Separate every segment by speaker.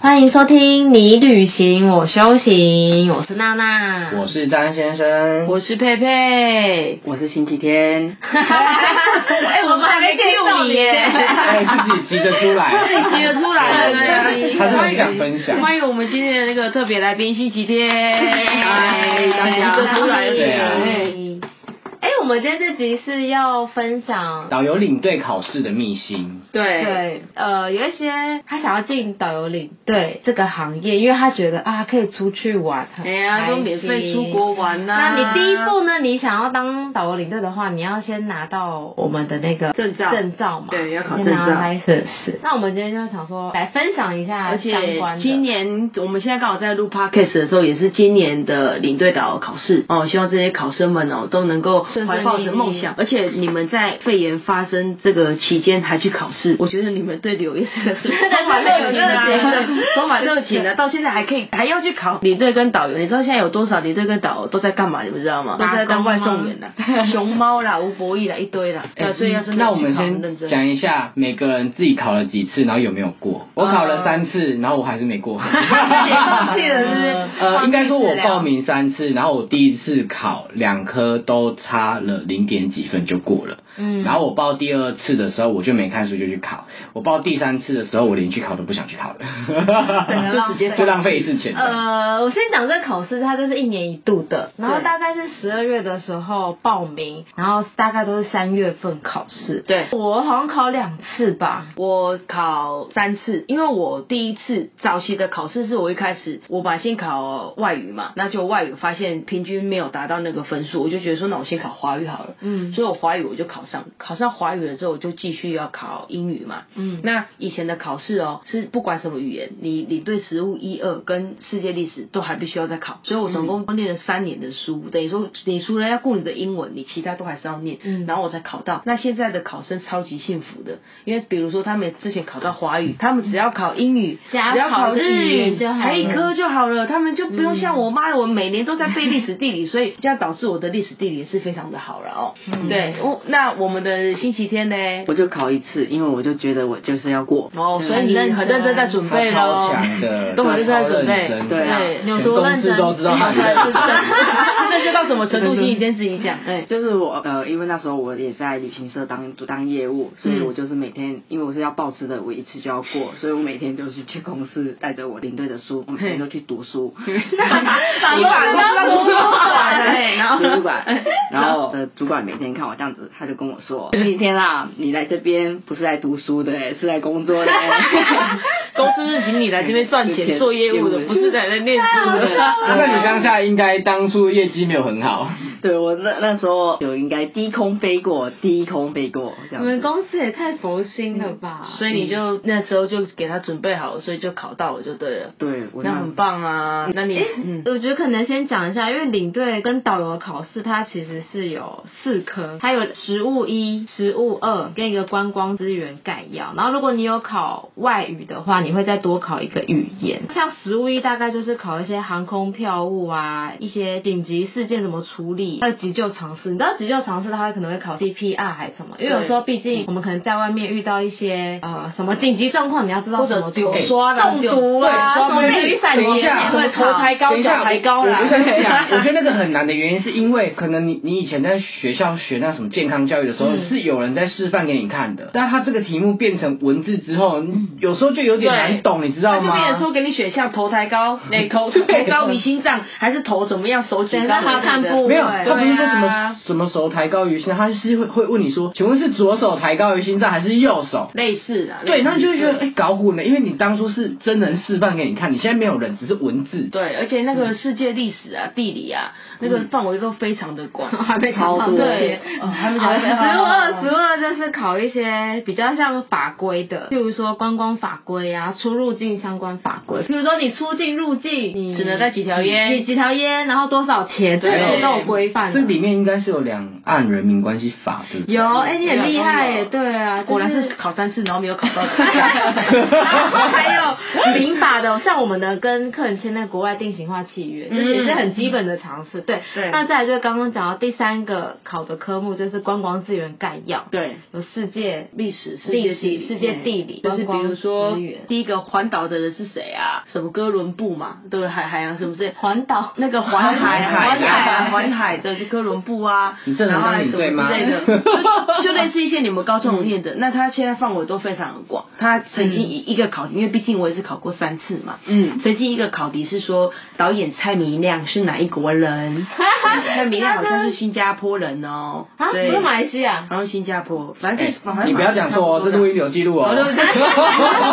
Speaker 1: 欢迎收听《你旅行我修行》，我是娜娜，
Speaker 2: 我是张先生，
Speaker 3: 我是佩佩，
Speaker 4: 我是星 期天。
Speaker 3: 哎、我们还没 Q 你耶，
Speaker 2: 哎，自己急得出来，
Speaker 3: 自己急得出来了
Speaker 2: 对他是很想分享，
Speaker 3: 欢迎我们今天的那个特别来宾星期天，
Speaker 4: 嗨大家
Speaker 3: 急得出来了，
Speaker 2: 对啊
Speaker 3: 哎
Speaker 1: 哎，我们今天这集是要分享
Speaker 2: 导游领队考试的秘辛，
Speaker 3: 对，
Speaker 1: 对，呃，有一些他想要进导游领队这个行业，因为他觉得啊可以出去玩，很
Speaker 3: 哎呀，都免
Speaker 1: 开
Speaker 3: 费
Speaker 1: 心
Speaker 3: 出国玩呐、啊
Speaker 1: 那你第一步呢？你想要当导游领队的话，你要先拿到我们的那个
Speaker 3: 证照
Speaker 1: 证照嘛，
Speaker 3: 对要考
Speaker 1: 先拿到
Speaker 3: 证照
Speaker 1: license。那我们今天就想说来分享一下
Speaker 3: 而
Speaker 1: 相
Speaker 3: 且
Speaker 1: 关的。
Speaker 3: 今年我们现在刚好在录 podcast 的时候，也是今年的领队导游考试哦，希望这些考生们哦都能够
Speaker 1: 顺顺利
Speaker 3: 怀
Speaker 1: 利
Speaker 3: 抱着梦想，而且你们在肺炎发生这个期间还去考试，我觉得你们对旅游业是充满热情啊，
Speaker 1: 有热情
Speaker 3: 对充满热情啊，到现在还可以还要去考领队跟导游，你知道现在有多少领队跟导游都在干嘛？你们知道吗？都
Speaker 1: 打工吗
Speaker 3: 在当外送员啦，啊熊猫啦、吴博义啦，一堆啦，对啊，所以要真的
Speaker 2: 哎嗯那我
Speaker 3: 去
Speaker 2: 们
Speaker 3: 考认
Speaker 2: 先
Speaker 3: 真。啊
Speaker 2: 讲一下每个人自己考了几次，然后有没有过。我考了三次，然后我还是没 过。
Speaker 1: 放弃了是不是
Speaker 2: 呃，应该说我
Speaker 1: 放弃
Speaker 2: 报
Speaker 1: 治疗
Speaker 2: 名三次，然后我第一次考两科都差了零点几分就过了。
Speaker 1: 嗯
Speaker 2: 然后我报第二次的时候，我就没看书就去考；我报第三次的时候，我连去考都不想去考了，
Speaker 1: 整个浪费
Speaker 2: 就直接就浪费一次钱。
Speaker 1: 呃，我先讲这个考试，它就是一年一度的，然后
Speaker 3: 对
Speaker 1: 大概是十二月的时候报名，然后大概都是三月份考试。
Speaker 3: 对，
Speaker 1: 我好像考两次吧，
Speaker 3: 我考三次，因为我第一次早期的考试是我一开始我本来先考外语嘛，那就外语发现平均没有达到那个分数，我就觉得说那我先考华语好了，
Speaker 1: 嗯
Speaker 3: 所以我华语我就考上，考上华语了之后我就继续要考英语嘛，
Speaker 1: 嗯
Speaker 3: 那以前的考试哦是不管什么语言，你你对实物一二跟世界历史都还必须要再考，所以我总共念了三年的书，等于说你除了要顾你的英文，你其他都还是要念，
Speaker 1: 嗯
Speaker 3: 然后我才考到。那现在的考生超级幸福的，因为比如说他们之前考到华语，他们只要考英语，只
Speaker 1: 加
Speaker 3: 要
Speaker 1: 嗯考
Speaker 3: 考日
Speaker 1: 日
Speaker 3: 语
Speaker 1: 语就好了嗯
Speaker 3: 才一科就好了，他们就不用像我妈，我每年都在背历史地理，所 以这样导致我的历史地理也是非常的好了哦。
Speaker 1: 嗯
Speaker 3: 对，我那我们的星期天呢？
Speaker 4: 我就考一次，因为我就觉得我就是要过。
Speaker 3: 哦，所以你很认真在准备哦
Speaker 2: 他超
Speaker 3: 喽，
Speaker 2: 强的，
Speaker 3: 都很认真在准
Speaker 2: 他超认
Speaker 3: 备，
Speaker 2: 真的
Speaker 4: 对啊
Speaker 1: 有
Speaker 2: 全
Speaker 1: 多
Speaker 2: 公
Speaker 1: 认
Speaker 2: 司
Speaker 1: 真
Speaker 2: 都知 道他很认真。
Speaker 3: 那就到什么程度？请你先自己讲，哎，
Speaker 4: 就是我呃，因为那时候我也在旅行社当当业务，所以我就是每天，因为我是要报吃的，我一次就要过，所以我每天就是去公司带着我领队的书，我每天都去读书，
Speaker 1: 把
Speaker 3: 我把
Speaker 1: 当
Speaker 3: 公司当图书馆哎 然后
Speaker 4: 图书馆，然后呃，主管每天看我这样子，他就跟我说，今天啊，你来这边不是来读书的、是来工作的、
Speaker 3: 公司是请你来这边赚钱做业务的，不是在那念书的。
Speaker 2: 那你当下应该当初业绩没有很好，
Speaker 4: 对我那那时候有应该低空飞过，低空飞过这样
Speaker 1: 你们
Speaker 4: 子。
Speaker 1: 公司也太佛心了吧？
Speaker 3: 嗯所以你就那时候就给他准备好了，所以就考到了就对了。
Speaker 4: 对，我
Speaker 3: 那
Speaker 4: 那
Speaker 3: 很棒啊！那你嗯，
Speaker 1: 我觉得可能先讲一下，因为领队跟导游的考试，它其实是有四科，它有实物一、实物二跟一个观光资源概要。然后如果你有考外语的话，你会再多考一个语言。像实物一大概就是考一些航空票务啊，一些紧急事件怎么处理，还有急救常识。你知道急救常识，它会可能会考 CPR 还是什么？因为有时候毕竟我们可能在外面遇到一些呃什么紧急状况，你要知道
Speaker 3: 或
Speaker 1: 怎
Speaker 3: 者
Speaker 1: 么做。
Speaker 3: 刷
Speaker 1: 中毒啊，
Speaker 3: 对，
Speaker 1: 什
Speaker 3: 刷
Speaker 1: 么
Speaker 3: 不
Speaker 1: 雨伞
Speaker 2: 等一
Speaker 1: 节
Speaker 2: 下
Speaker 1: 也
Speaker 3: 什么
Speaker 1: 会
Speaker 3: 头
Speaker 1: 考。
Speaker 3: 抬高
Speaker 2: 等一
Speaker 3: 脚
Speaker 2: 下，
Speaker 3: 抬高
Speaker 2: 我
Speaker 3: 啦
Speaker 2: 我。想 讲，我觉得那个很难的原因是因为可能你你以前在学校学那什么健康教育的时候，
Speaker 3: 嗯
Speaker 2: 是有人在示范给你看的，但他这个题目变成文字之后，有时候就有点难懂，你知道
Speaker 3: 嗯他就变成
Speaker 2: 吗？
Speaker 3: 说给你选项，头抬高，那头头高于心脏，还是头怎么样，手举
Speaker 1: 等一
Speaker 3: 高
Speaker 1: 下，他看
Speaker 3: 不
Speaker 1: 不
Speaker 2: 没有，
Speaker 1: 对
Speaker 2: 他不是说什么、
Speaker 3: 对啊
Speaker 2: 什么手抬高于心脏，他是会会问你说，请问是左手抬高于心脏还是右手？
Speaker 3: 类似啊。
Speaker 2: 对，那
Speaker 3: 那
Speaker 2: 你就会觉得哎、搞混了，因为你当初是真人示范给你看，你现在没有人，只是文字。
Speaker 3: 对，而且那
Speaker 1: 嗯
Speaker 3: 个世界历史啊、地理啊，那个范围都非常的 广。
Speaker 1: 还没考到
Speaker 4: 超多
Speaker 1: 对
Speaker 3: 对，哦还没讲到
Speaker 1: 十五二十二就是考一些比较像法规的，譬如说观光法规啊、出入境相关法规，譬如说你出境入境，你
Speaker 3: 只能带几条烟
Speaker 1: 嗯你几条烟，然后多少钱，这
Speaker 3: 对
Speaker 1: 些都有规办
Speaker 2: 这
Speaker 1: 了。
Speaker 2: 里面应该是有两岸人民关系法，对不对？
Speaker 1: 啊有，哎、你很厉害耶，
Speaker 4: 有
Speaker 1: 对啊，
Speaker 3: 果然
Speaker 1: 就是
Speaker 3: 考三次，然后没有考到
Speaker 1: 然后还有民法的，像我们的跟客人签那个国外定型化契约，这也是很基本的常识。对，
Speaker 3: 嗯对
Speaker 1: 那再来就是刚刚讲到第三个考的科目就是观光资源概要，
Speaker 3: 对。
Speaker 1: 有世界
Speaker 3: 历史、世
Speaker 1: 历
Speaker 3: 界
Speaker 1: 史
Speaker 3: 地理、
Speaker 1: 世界地理
Speaker 3: 就是比
Speaker 1: 观光
Speaker 3: 如说
Speaker 1: 资源
Speaker 3: 第一个环岛的人是谁啊？什么哥伦布嘛，对不对？海海洋什么之类，
Speaker 1: 环岛
Speaker 3: 那个环海、
Speaker 2: 环海
Speaker 3: 环海啊、环海的是哥伦布啊
Speaker 2: 你，这能
Speaker 3: 然后
Speaker 2: 当
Speaker 3: 还有
Speaker 2: 领
Speaker 3: 什么
Speaker 2: 队吗
Speaker 3: 之类的， 就就类似一些你们高中有念
Speaker 1: 嗯
Speaker 3: 的。那他现在范围都非常很广，他曾经以一个考题，因为毕竟我也是考过三次嘛，
Speaker 4: 嗯，
Speaker 3: 曾经一个考题是说导演蔡明亮是哪一国 人？蔡明亮好像是新加坡人哦，
Speaker 1: 啊，不
Speaker 3: 对
Speaker 1: 是马来西亚，
Speaker 3: 然后新加坡，反正就是反正
Speaker 2: 哎你不要讲错哦，这录音有记录哦。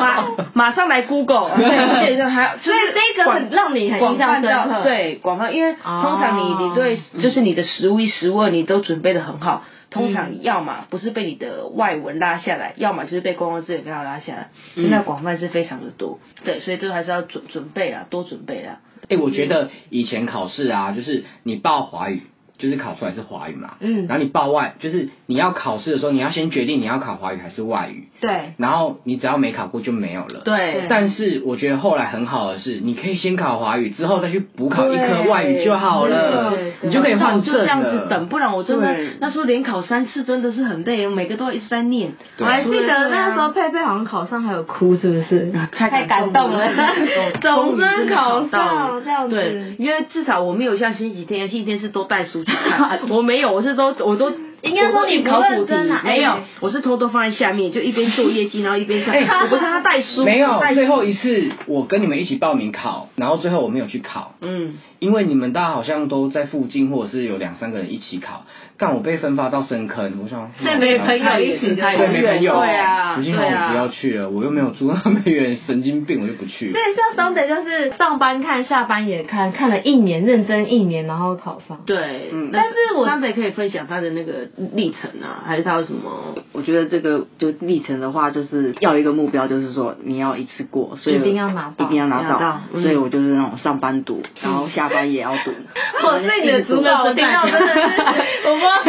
Speaker 3: 马马上来 Google，对， 基本上还
Speaker 1: 所以这个很让你很印象深刻。，哦
Speaker 3: 对，广泛，因为通常你你对就是你的食物一食物你都准备的很好，
Speaker 1: 嗯
Speaker 3: 通常要么不是被你的外文拉下来，要么就是被观光资源票拉下来，
Speaker 1: 嗯
Speaker 3: 那广泛是非常的多，对，所以这个还是要准准备啊，多准备啊，
Speaker 2: 哎、我觉得以前考试啊，就是你报华语，就是考出来是华语嘛。
Speaker 1: 嗯
Speaker 2: 然后你报外，就是你要考试的时候，你要先决定你要考华语还是外语，
Speaker 1: 对，
Speaker 2: 然后你只要没考过就没有了。。
Speaker 3: 对啊
Speaker 2: 但是我觉得后来很好的是，你可以先考华语，之后再去补考一科外语就好了
Speaker 1: 对对，对
Speaker 2: 你就可以换
Speaker 3: 就
Speaker 2: 证了。
Speaker 3: 这样子等，不然我真的
Speaker 4: 对
Speaker 3: 那时候连考三次真的是很累，每个都要一直在念。
Speaker 1: 我还
Speaker 2: 对
Speaker 1: 记得那时候佩佩好像考上还有哭，是不是？
Speaker 2: 啊
Speaker 1: 太感动了， 总之考上这样子。
Speaker 3: 对，因为至少我没有像星期天，星期天是都 带书去看，我没有，我是都我都。
Speaker 1: 应该说你不
Speaker 3: 我都考古
Speaker 1: 认真
Speaker 3: 题
Speaker 1: 啊哎
Speaker 3: 没有，我是偷偷放在下面，就一边做业绩，然后一边 看。我不是让他带书，
Speaker 2: 没有
Speaker 3: 我带，
Speaker 2: 最后一次我跟你们一起报名考，然后最后我没有去考，
Speaker 3: 嗯，
Speaker 2: 因为你们大家好像都在附近，或者是有两三个人一起考，但我被分发到深坑，我想
Speaker 1: 所以没朋友一起就
Speaker 3: 太
Speaker 2: 对，没朋友，
Speaker 3: 对啊，
Speaker 2: 不
Speaker 3: 对
Speaker 2: 幸好我
Speaker 3: 啊，
Speaker 2: 不要去了，我又没有住那么远，神经病，我就不去了
Speaker 1: 所。以像 Sunday 就是上班看，下班也看，看了一年，认真一年，然后考上。
Speaker 3: 对，
Speaker 2: 嗯
Speaker 1: 但是我
Speaker 3: 刚才可以分享他的那个历程啊，还是他有什么
Speaker 4: 我觉得这个就历程的话，就是要有一个目标，就是说你要一次过，所以
Speaker 1: 一定要拿到
Speaker 4: 一定要拿
Speaker 3: 拿到嗯
Speaker 4: 所以我就是那种上班读，然后下班也要 读。
Speaker 1: 我是你的主管，我听到 真的是， 我不知道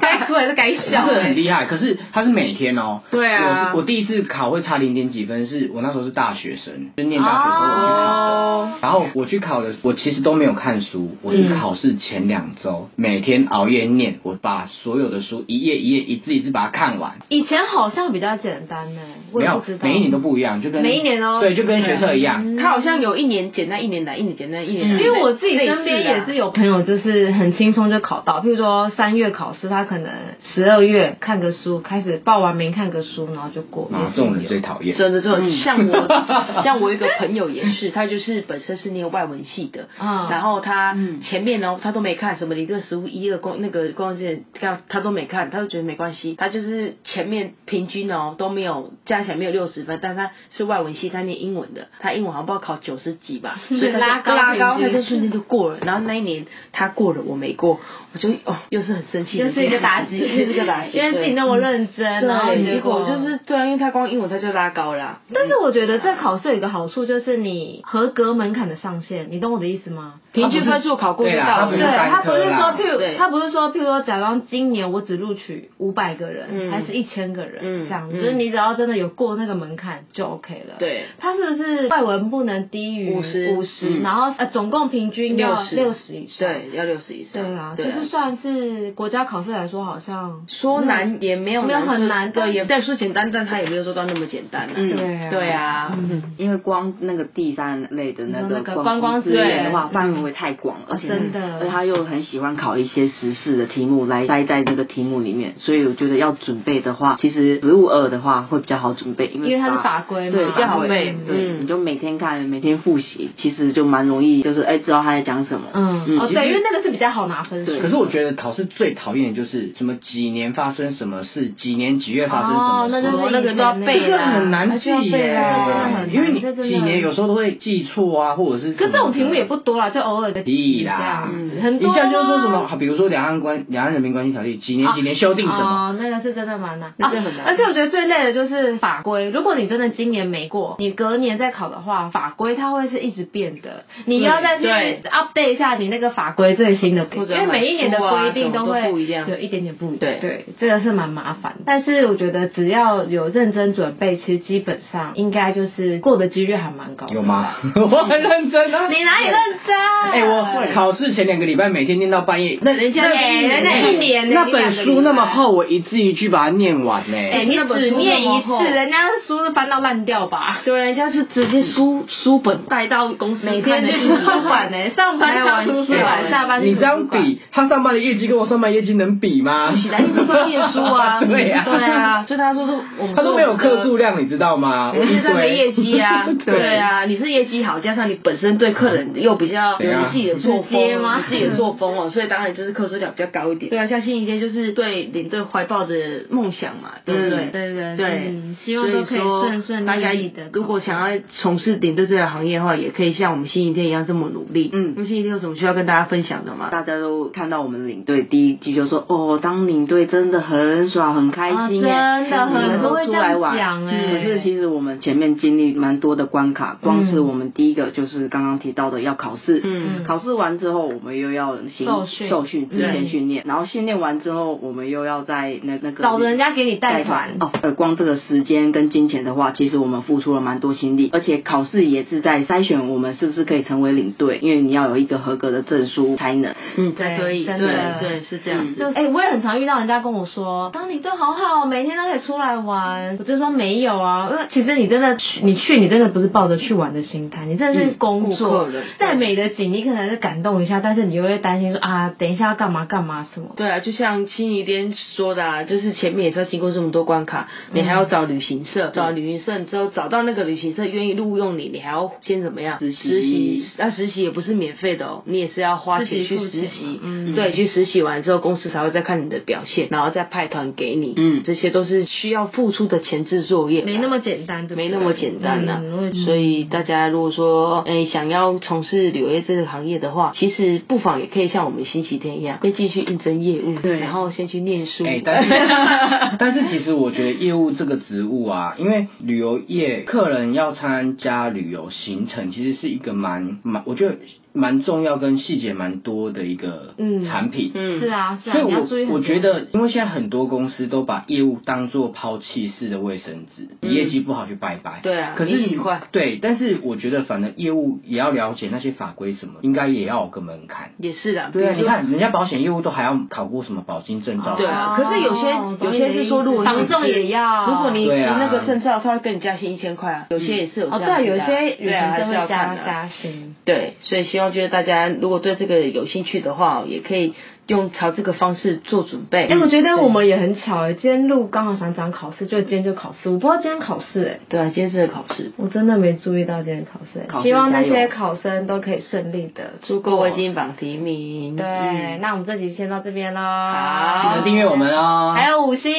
Speaker 1: 该该哭还是该
Speaker 2: 真
Speaker 1: 笑、
Speaker 2: 的很
Speaker 1: 欸。
Speaker 2: 厉害， 可是他是每天哦。
Speaker 3: 对啊
Speaker 2: 我是我第一次考会差零点几分，是我那时候是大学生，就念大学的时候我去考
Speaker 1: 哦
Speaker 2: 的。然后我去考的，我其实都没有看书，我是考试前两
Speaker 1: 嗯
Speaker 2: 周、每天熬夜念，我把所有的书一页一页一字一字把它看完。
Speaker 1: 以前好像比较简单呢、我
Speaker 2: 没
Speaker 1: 也不
Speaker 2: 有
Speaker 1: 知，道。
Speaker 2: 每一年都不一样，就跟
Speaker 1: 每一年哦嗯
Speaker 2: 对，就跟学测一样。
Speaker 3: 他好像有一年简单一年难，一年简单一年难。
Speaker 1: 因为我自己身边
Speaker 3: 啊
Speaker 1: 也是有朋友，就是很轻松就考到，譬如说三月考试，他可能十二月看个书，开始报完名看个书，然后就过。
Speaker 2: 然后
Speaker 1: 也是
Speaker 2: 啊这种人
Speaker 1: 有
Speaker 2: 最讨厌。
Speaker 3: 真的，这
Speaker 1: 嗯
Speaker 3: 种像 我，像我一个朋友也是，他就是本身是念外文系的，
Speaker 1: 嗯
Speaker 3: 然后他前面呢，他都没看什么理论实务一二公那个公式，他他都没看，他就觉得没关系，他就是前面平均哦都没有加起来没有六十分，但他是外文系，他念英文的，他英文好像不知道考九十几吧，所以他就
Speaker 1: 拉高
Speaker 3: 拉高，
Speaker 1: 平
Speaker 3: 他
Speaker 1: 均
Speaker 3: 就瞬间就过了。然后那一年他过了，我没过，我就哦又是很生气的
Speaker 1: 就
Speaker 3: 件事
Speaker 1: 是一
Speaker 3: 情，
Speaker 1: 个打击，
Speaker 3: 又是一个打 击，
Speaker 1: 因为自己那么认真，
Speaker 3: 对
Speaker 1: 然后
Speaker 3: 结
Speaker 1: 结
Speaker 3: 果
Speaker 1: 果
Speaker 3: 就是。对啊，因为他光英文他就拉高了啊。
Speaker 1: 但是我觉得这考试有一个好处，就是你合格门槛的上限，你懂我的意思吗？
Speaker 3: 平均分数考过就
Speaker 2: 对啦
Speaker 3: 到
Speaker 2: 他不
Speaker 1: 对
Speaker 2: 是
Speaker 3: 了，
Speaker 2: 单
Speaker 1: 他不是
Speaker 2: 科
Speaker 1: 说
Speaker 2: 啦，
Speaker 1: 譬
Speaker 3: 对
Speaker 1: 如他不是说，譬如说，假装今年我只录取五百个人，
Speaker 3: 嗯
Speaker 1: 还是一千个人，
Speaker 3: 嗯
Speaker 1: 这样，
Speaker 3: 嗯
Speaker 1: 就是你只要真的有过那个门槛就 OK 了。
Speaker 3: 对
Speaker 1: 他是不是外文不能低于
Speaker 3: 50
Speaker 1: 五十，然后呃总共平均要
Speaker 3: 60
Speaker 1: 六十以上。
Speaker 3: 对，要六十以上。
Speaker 1: 对啊，就
Speaker 3: 对
Speaker 1: 是算是国家考试来说，好像嗯
Speaker 3: 说难也没有
Speaker 1: 没有很难
Speaker 3: 对，
Speaker 1: 但
Speaker 3: 也但说简单，但他也没有说到那么简单啊。
Speaker 4: 嗯
Speaker 1: 啊
Speaker 3: 对啊，
Speaker 4: 因为光那个第三类的那
Speaker 1: 你说
Speaker 4: 个
Speaker 1: 那个观光
Speaker 4: 观光
Speaker 1: 资
Speaker 4: 资源的话，
Speaker 1: 源
Speaker 4: 范围太广了，而且
Speaker 1: 真的
Speaker 4: 而且他又很喜欢考一些时事的题目来塞在这个题目里面，所以我觉得要准备的话，其实实物二的话会比较好准备，因为
Speaker 1: 因为它是
Speaker 4: 法
Speaker 1: 法规嘛，
Speaker 4: 对，
Speaker 3: 较好
Speaker 4: 法规
Speaker 3: 背
Speaker 4: 对，
Speaker 3: 嗯
Speaker 4: 你就每天看，每天复习，其实就蛮容易，就是哎、知道他在讲什么。
Speaker 1: 嗯，哦
Speaker 4: 其实
Speaker 1: 对，因为那个是比较好拿分数。
Speaker 4: 对
Speaker 2: 可是我觉得考试最讨厌的就是什么几年发生什么事，几年几月发生什么
Speaker 1: 哦那
Speaker 2: 事。
Speaker 1: 真的
Speaker 3: 那个都要背
Speaker 2: 这个
Speaker 3: 啦
Speaker 2: 很难记耶，
Speaker 1: 啦
Speaker 2: 因为你
Speaker 1: 这真的
Speaker 2: 几年有时候都会记错啊，或者是什么的。
Speaker 1: 可是这种题目也不多啦，就偶尔的
Speaker 2: 屁啦
Speaker 1: 这样
Speaker 3: 嗯
Speaker 1: 很
Speaker 2: 一
Speaker 1: 多啊
Speaker 2: 下就说什么，好比如说两岸关两岸人民关系条例几
Speaker 1: 啊
Speaker 2: 年几年修订什么，
Speaker 1: 哦，那个是真的蛮难，啊
Speaker 3: 那个很难
Speaker 1: 而且我觉得最累的就是法规，如果你真的今年没过，你隔年再考的话，法规它会是一直变的，你要再去
Speaker 3: 嗯对
Speaker 1: update 一下你那个法规最新的，
Speaker 3: 或
Speaker 1: 因
Speaker 3: 者
Speaker 1: 为每一年的
Speaker 3: 买书啊
Speaker 1: 规定
Speaker 3: 什么都
Speaker 1: 会
Speaker 3: 不一样
Speaker 1: 有一点点不一样。
Speaker 3: 对
Speaker 1: 对，这个是蛮麻烦的。但是我觉得只要有认真准备，其实基本上应该就是过的几率还蛮高的。
Speaker 2: 有吗？ 我很认真啊。
Speaker 1: 你哪里认真？
Speaker 2: 哎、我考试前两个礼拜每天念到半夜，那
Speaker 1: 人家
Speaker 2: 那
Speaker 1: 哎人家一年
Speaker 2: 那
Speaker 1: 你两个
Speaker 2: 本
Speaker 1: 礼
Speaker 2: 书那么
Speaker 1: 拜
Speaker 2: 厚，我一字一句把它念完呢、
Speaker 1: 哎、你只念一
Speaker 3: 哎
Speaker 1: 次，人家书是翻到烂掉吧？
Speaker 3: 对，人家是直接书书本带到公司
Speaker 1: 每天去图书馆呢、上班上图书馆，下班去
Speaker 2: 哎你
Speaker 1: 图
Speaker 2: 这
Speaker 1: 书
Speaker 2: 样
Speaker 1: 馆。
Speaker 2: 比他上班的业绩跟我上班业绩能比吗？
Speaker 3: 起来就是说念书啊，
Speaker 2: 对呀、
Speaker 3: 对啊，所以他说是我们
Speaker 2: 他都没有课数量，你知道吗？我
Speaker 3: 我们
Speaker 2: 一
Speaker 3: 是在的
Speaker 2: 堆，
Speaker 3: 业绩 啊对
Speaker 2: 对。
Speaker 3: 啊，你是业绩好，加上你本身对客人又比较
Speaker 2: 对
Speaker 3: 有
Speaker 2: 啊
Speaker 3: 你自己的作
Speaker 1: 直接
Speaker 3: 风，
Speaker 1: 吗
Speaker 3: 你自己的作风 哦，所以当然就是课数量比较高一点。对啊，像新一天就是对领队怀抱着梦想嘛，对不对？
Speaker 1: 嗯对对对
Speaker 3: 对，
Speaker 1: 嗯希望都可以顺顺利利地
Speaker 3: 所以说大家如果想要从事领队这个行业的话，也可以像我们新一天一样这么努力。
Speaker 4: 嗯
Speaker 3: 那新一天有什么需要跟大家分享的吗？
Speaker 4: 大家都看到我们领队第一季就说，哦，当领队真的很爽，很开心耶，
Speaker 1: 啊真的
Speaker 4: 你们
Speaker 1: 很
Speaker 4: 都
Speaker 1: 多会
Speaker 4: 出
Speaker 1: 这样
Speaker 4: 来玩。嗯
Speaker 1: 讲哎
Speaker 4: 可是其实我们前面经历蛮多的关卡，光是
Speaker 1: 嗯
Speaker 4: 我们第一个就是刚刚提到的要考试，
Speaker 3: 嗯
Speaker 4: 考试完之后我们又要行
Speaker 1: 受训
Speaker 4: 受训之前
Speaker 1: 对
Speaker 4: 训练，然后训练完之后我们又要在那那个
Speaker 1: 找人家给你带团
Speaker 4: 哦，呃，光这个时间跟金钱的话，其实我们付出了蛮多心力，而且考试也是在筛选我们是不是可以成为领队，因为你要有一个合格的证书才能。
Speaker 3: 嗯，
Speaker 1: 对
Speaker 3: 才可以，
Speaker 1: 真
Speaker 3: 对
Speaker 1: 的
Speaker 3: 对，是这样
Speaker 1: 就
Speaker 3: 子。
Speaker 1: 哎、我也很常遇到人家跟我说，当你队好好，每天都可以出来玩。我就说没有啊，因为其实你真的去，你去你真的不是抱着去玩的心态，你真的是工
Speaker 3: 顾
Speaker 1: 作
Speaker 3: 客的。
Speaker 1: 再、美的景，你可能是感动一下，但是你又会担心说啊，等一下要干嘛干嘛什么。
Speaker 3: 对啊，就像青怡边说的啊，就是前面也是要经过这么多关卡，你还要找旅行
Speaker 1: 嗯
Speaker 3: 社，找旅行社之后找到那个旅行社愿意录用你，你还要先怎么样？
Speaker 4: 实习
Speaker 3: 实习，那实习也不是免费的哦，你也是要花
Speaker 1: 自己
Speaker 3: 钱去
Speaker 1: 付钱
Speaker 3: 实
Speaker 1: 嘛
Speaker 3: 习，
Speaker 1: 嗯
Speaker 3: 对，去实习完之后，公司才会再看你的表现，然后再派团给你，
Speaker 4: 嗯
Speaker 3: 这些都是需要付出的前置作业，啊
Speaker 1: 没那么简单，对不对
Speaker 3: 没那么简单呐、
Speaker 1: 嗯我也觉得
Speaker 3: 所以大家如果说诶、想要从事旅游业这个行业的话，其实不妨也可以像我们星期天一样，先进去应征业务，
Speaker 4: 对
Speaker 3: 然后先去念书。
Speaker 2: 哎、但 是但是其实我觉得业务这个职务啊，因为旅游业客人要参加旅游行程，其实是一个蛮蛮，我觉得蛮重要跟细节蛮多的一个
Speaker 1: 嗯
Speaker 2: 产品。
Speaker 3: 嗯，
Speaker 1: 是啊是啊，
Speaker 2: 所以
Speaker 1: 你要注意很多
Speaker 2: 我我觉得，因为现在很多公司都把业务当做抛弃式的卫生纸，
Speaker 1: 嗯
Speaker 2: 你业绩不好去拜拜。
Speaker 3: 对啊
Speaker 2: 可是
Speaker 3: 你喜欢
Speaker 2: 对，但是我觉得反正业务也要了解那些法规什么，应该也要有个门槛。
Speaker 3: 也是啦。
Speaker 2: 对啊，
Speaker 3: 比
Speaker 2: 你
Speaker 3: 如说
Speaker 2: 看人家保险业务都还要考过什么保金证照，
Speaker 3: 对啊，可是有些
Speaker 1: 哦
Speaker 3: 有些是说，如果你
Speaker 1: 防重也要
Speaker 3: 如果你
Speaker 2: 对
Speaker 3: 凭
Speaker 2: 啊嗯
Speaker 3: 那个证照，他会跟你加薪一千块啊。有些也是有这
Speaker 1: 哦，
Speaker 3: 样子的啊、
Speaker 1: 对，有些
Speaker 3: 对啊，
Speaker 1: 有
Speaker 3: 还
Speaker 1: 些
Speaker 3: 是
Speaker 1: 会
Speaker 3: 要
Speaker 1: 加
Speaker 3: 看的啊。
Speaker 1: 加薪。
Speaker 3: 对，所以希望就是大家如果对这个有兴趣的话，也可以用朝这个方式做准备。
Speaker 1: 哎、我觉得我们也很巧哎、今天录刚好想讲考试，就今天就考试，我不知道今天考试哎、
Speaker 3: 对啊，今天是个考试。
Speaker 1: 我真的没注意到今天考试、
Speaker 4: 考试
Speaker 1: 希望那
Speaker 4: 加
Speaker 1: 些
Speaker 4: 油
Speaker 1: 考生都可以顺利的
Speaker 3: 祝各位金榜题名。嗯
Speaker 1: 对，那我们这集先到这边喽。
Speaker 3: 好
Speaker 2: 记得订阅我们哦。
Speaker 1: 还有五星，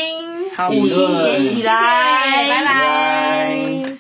Speaker 3: 好
Speaker 1: 五星
Speaker 2: 评论
Speaker 1: 点起来，
Speaker 3: 谢谢拜拜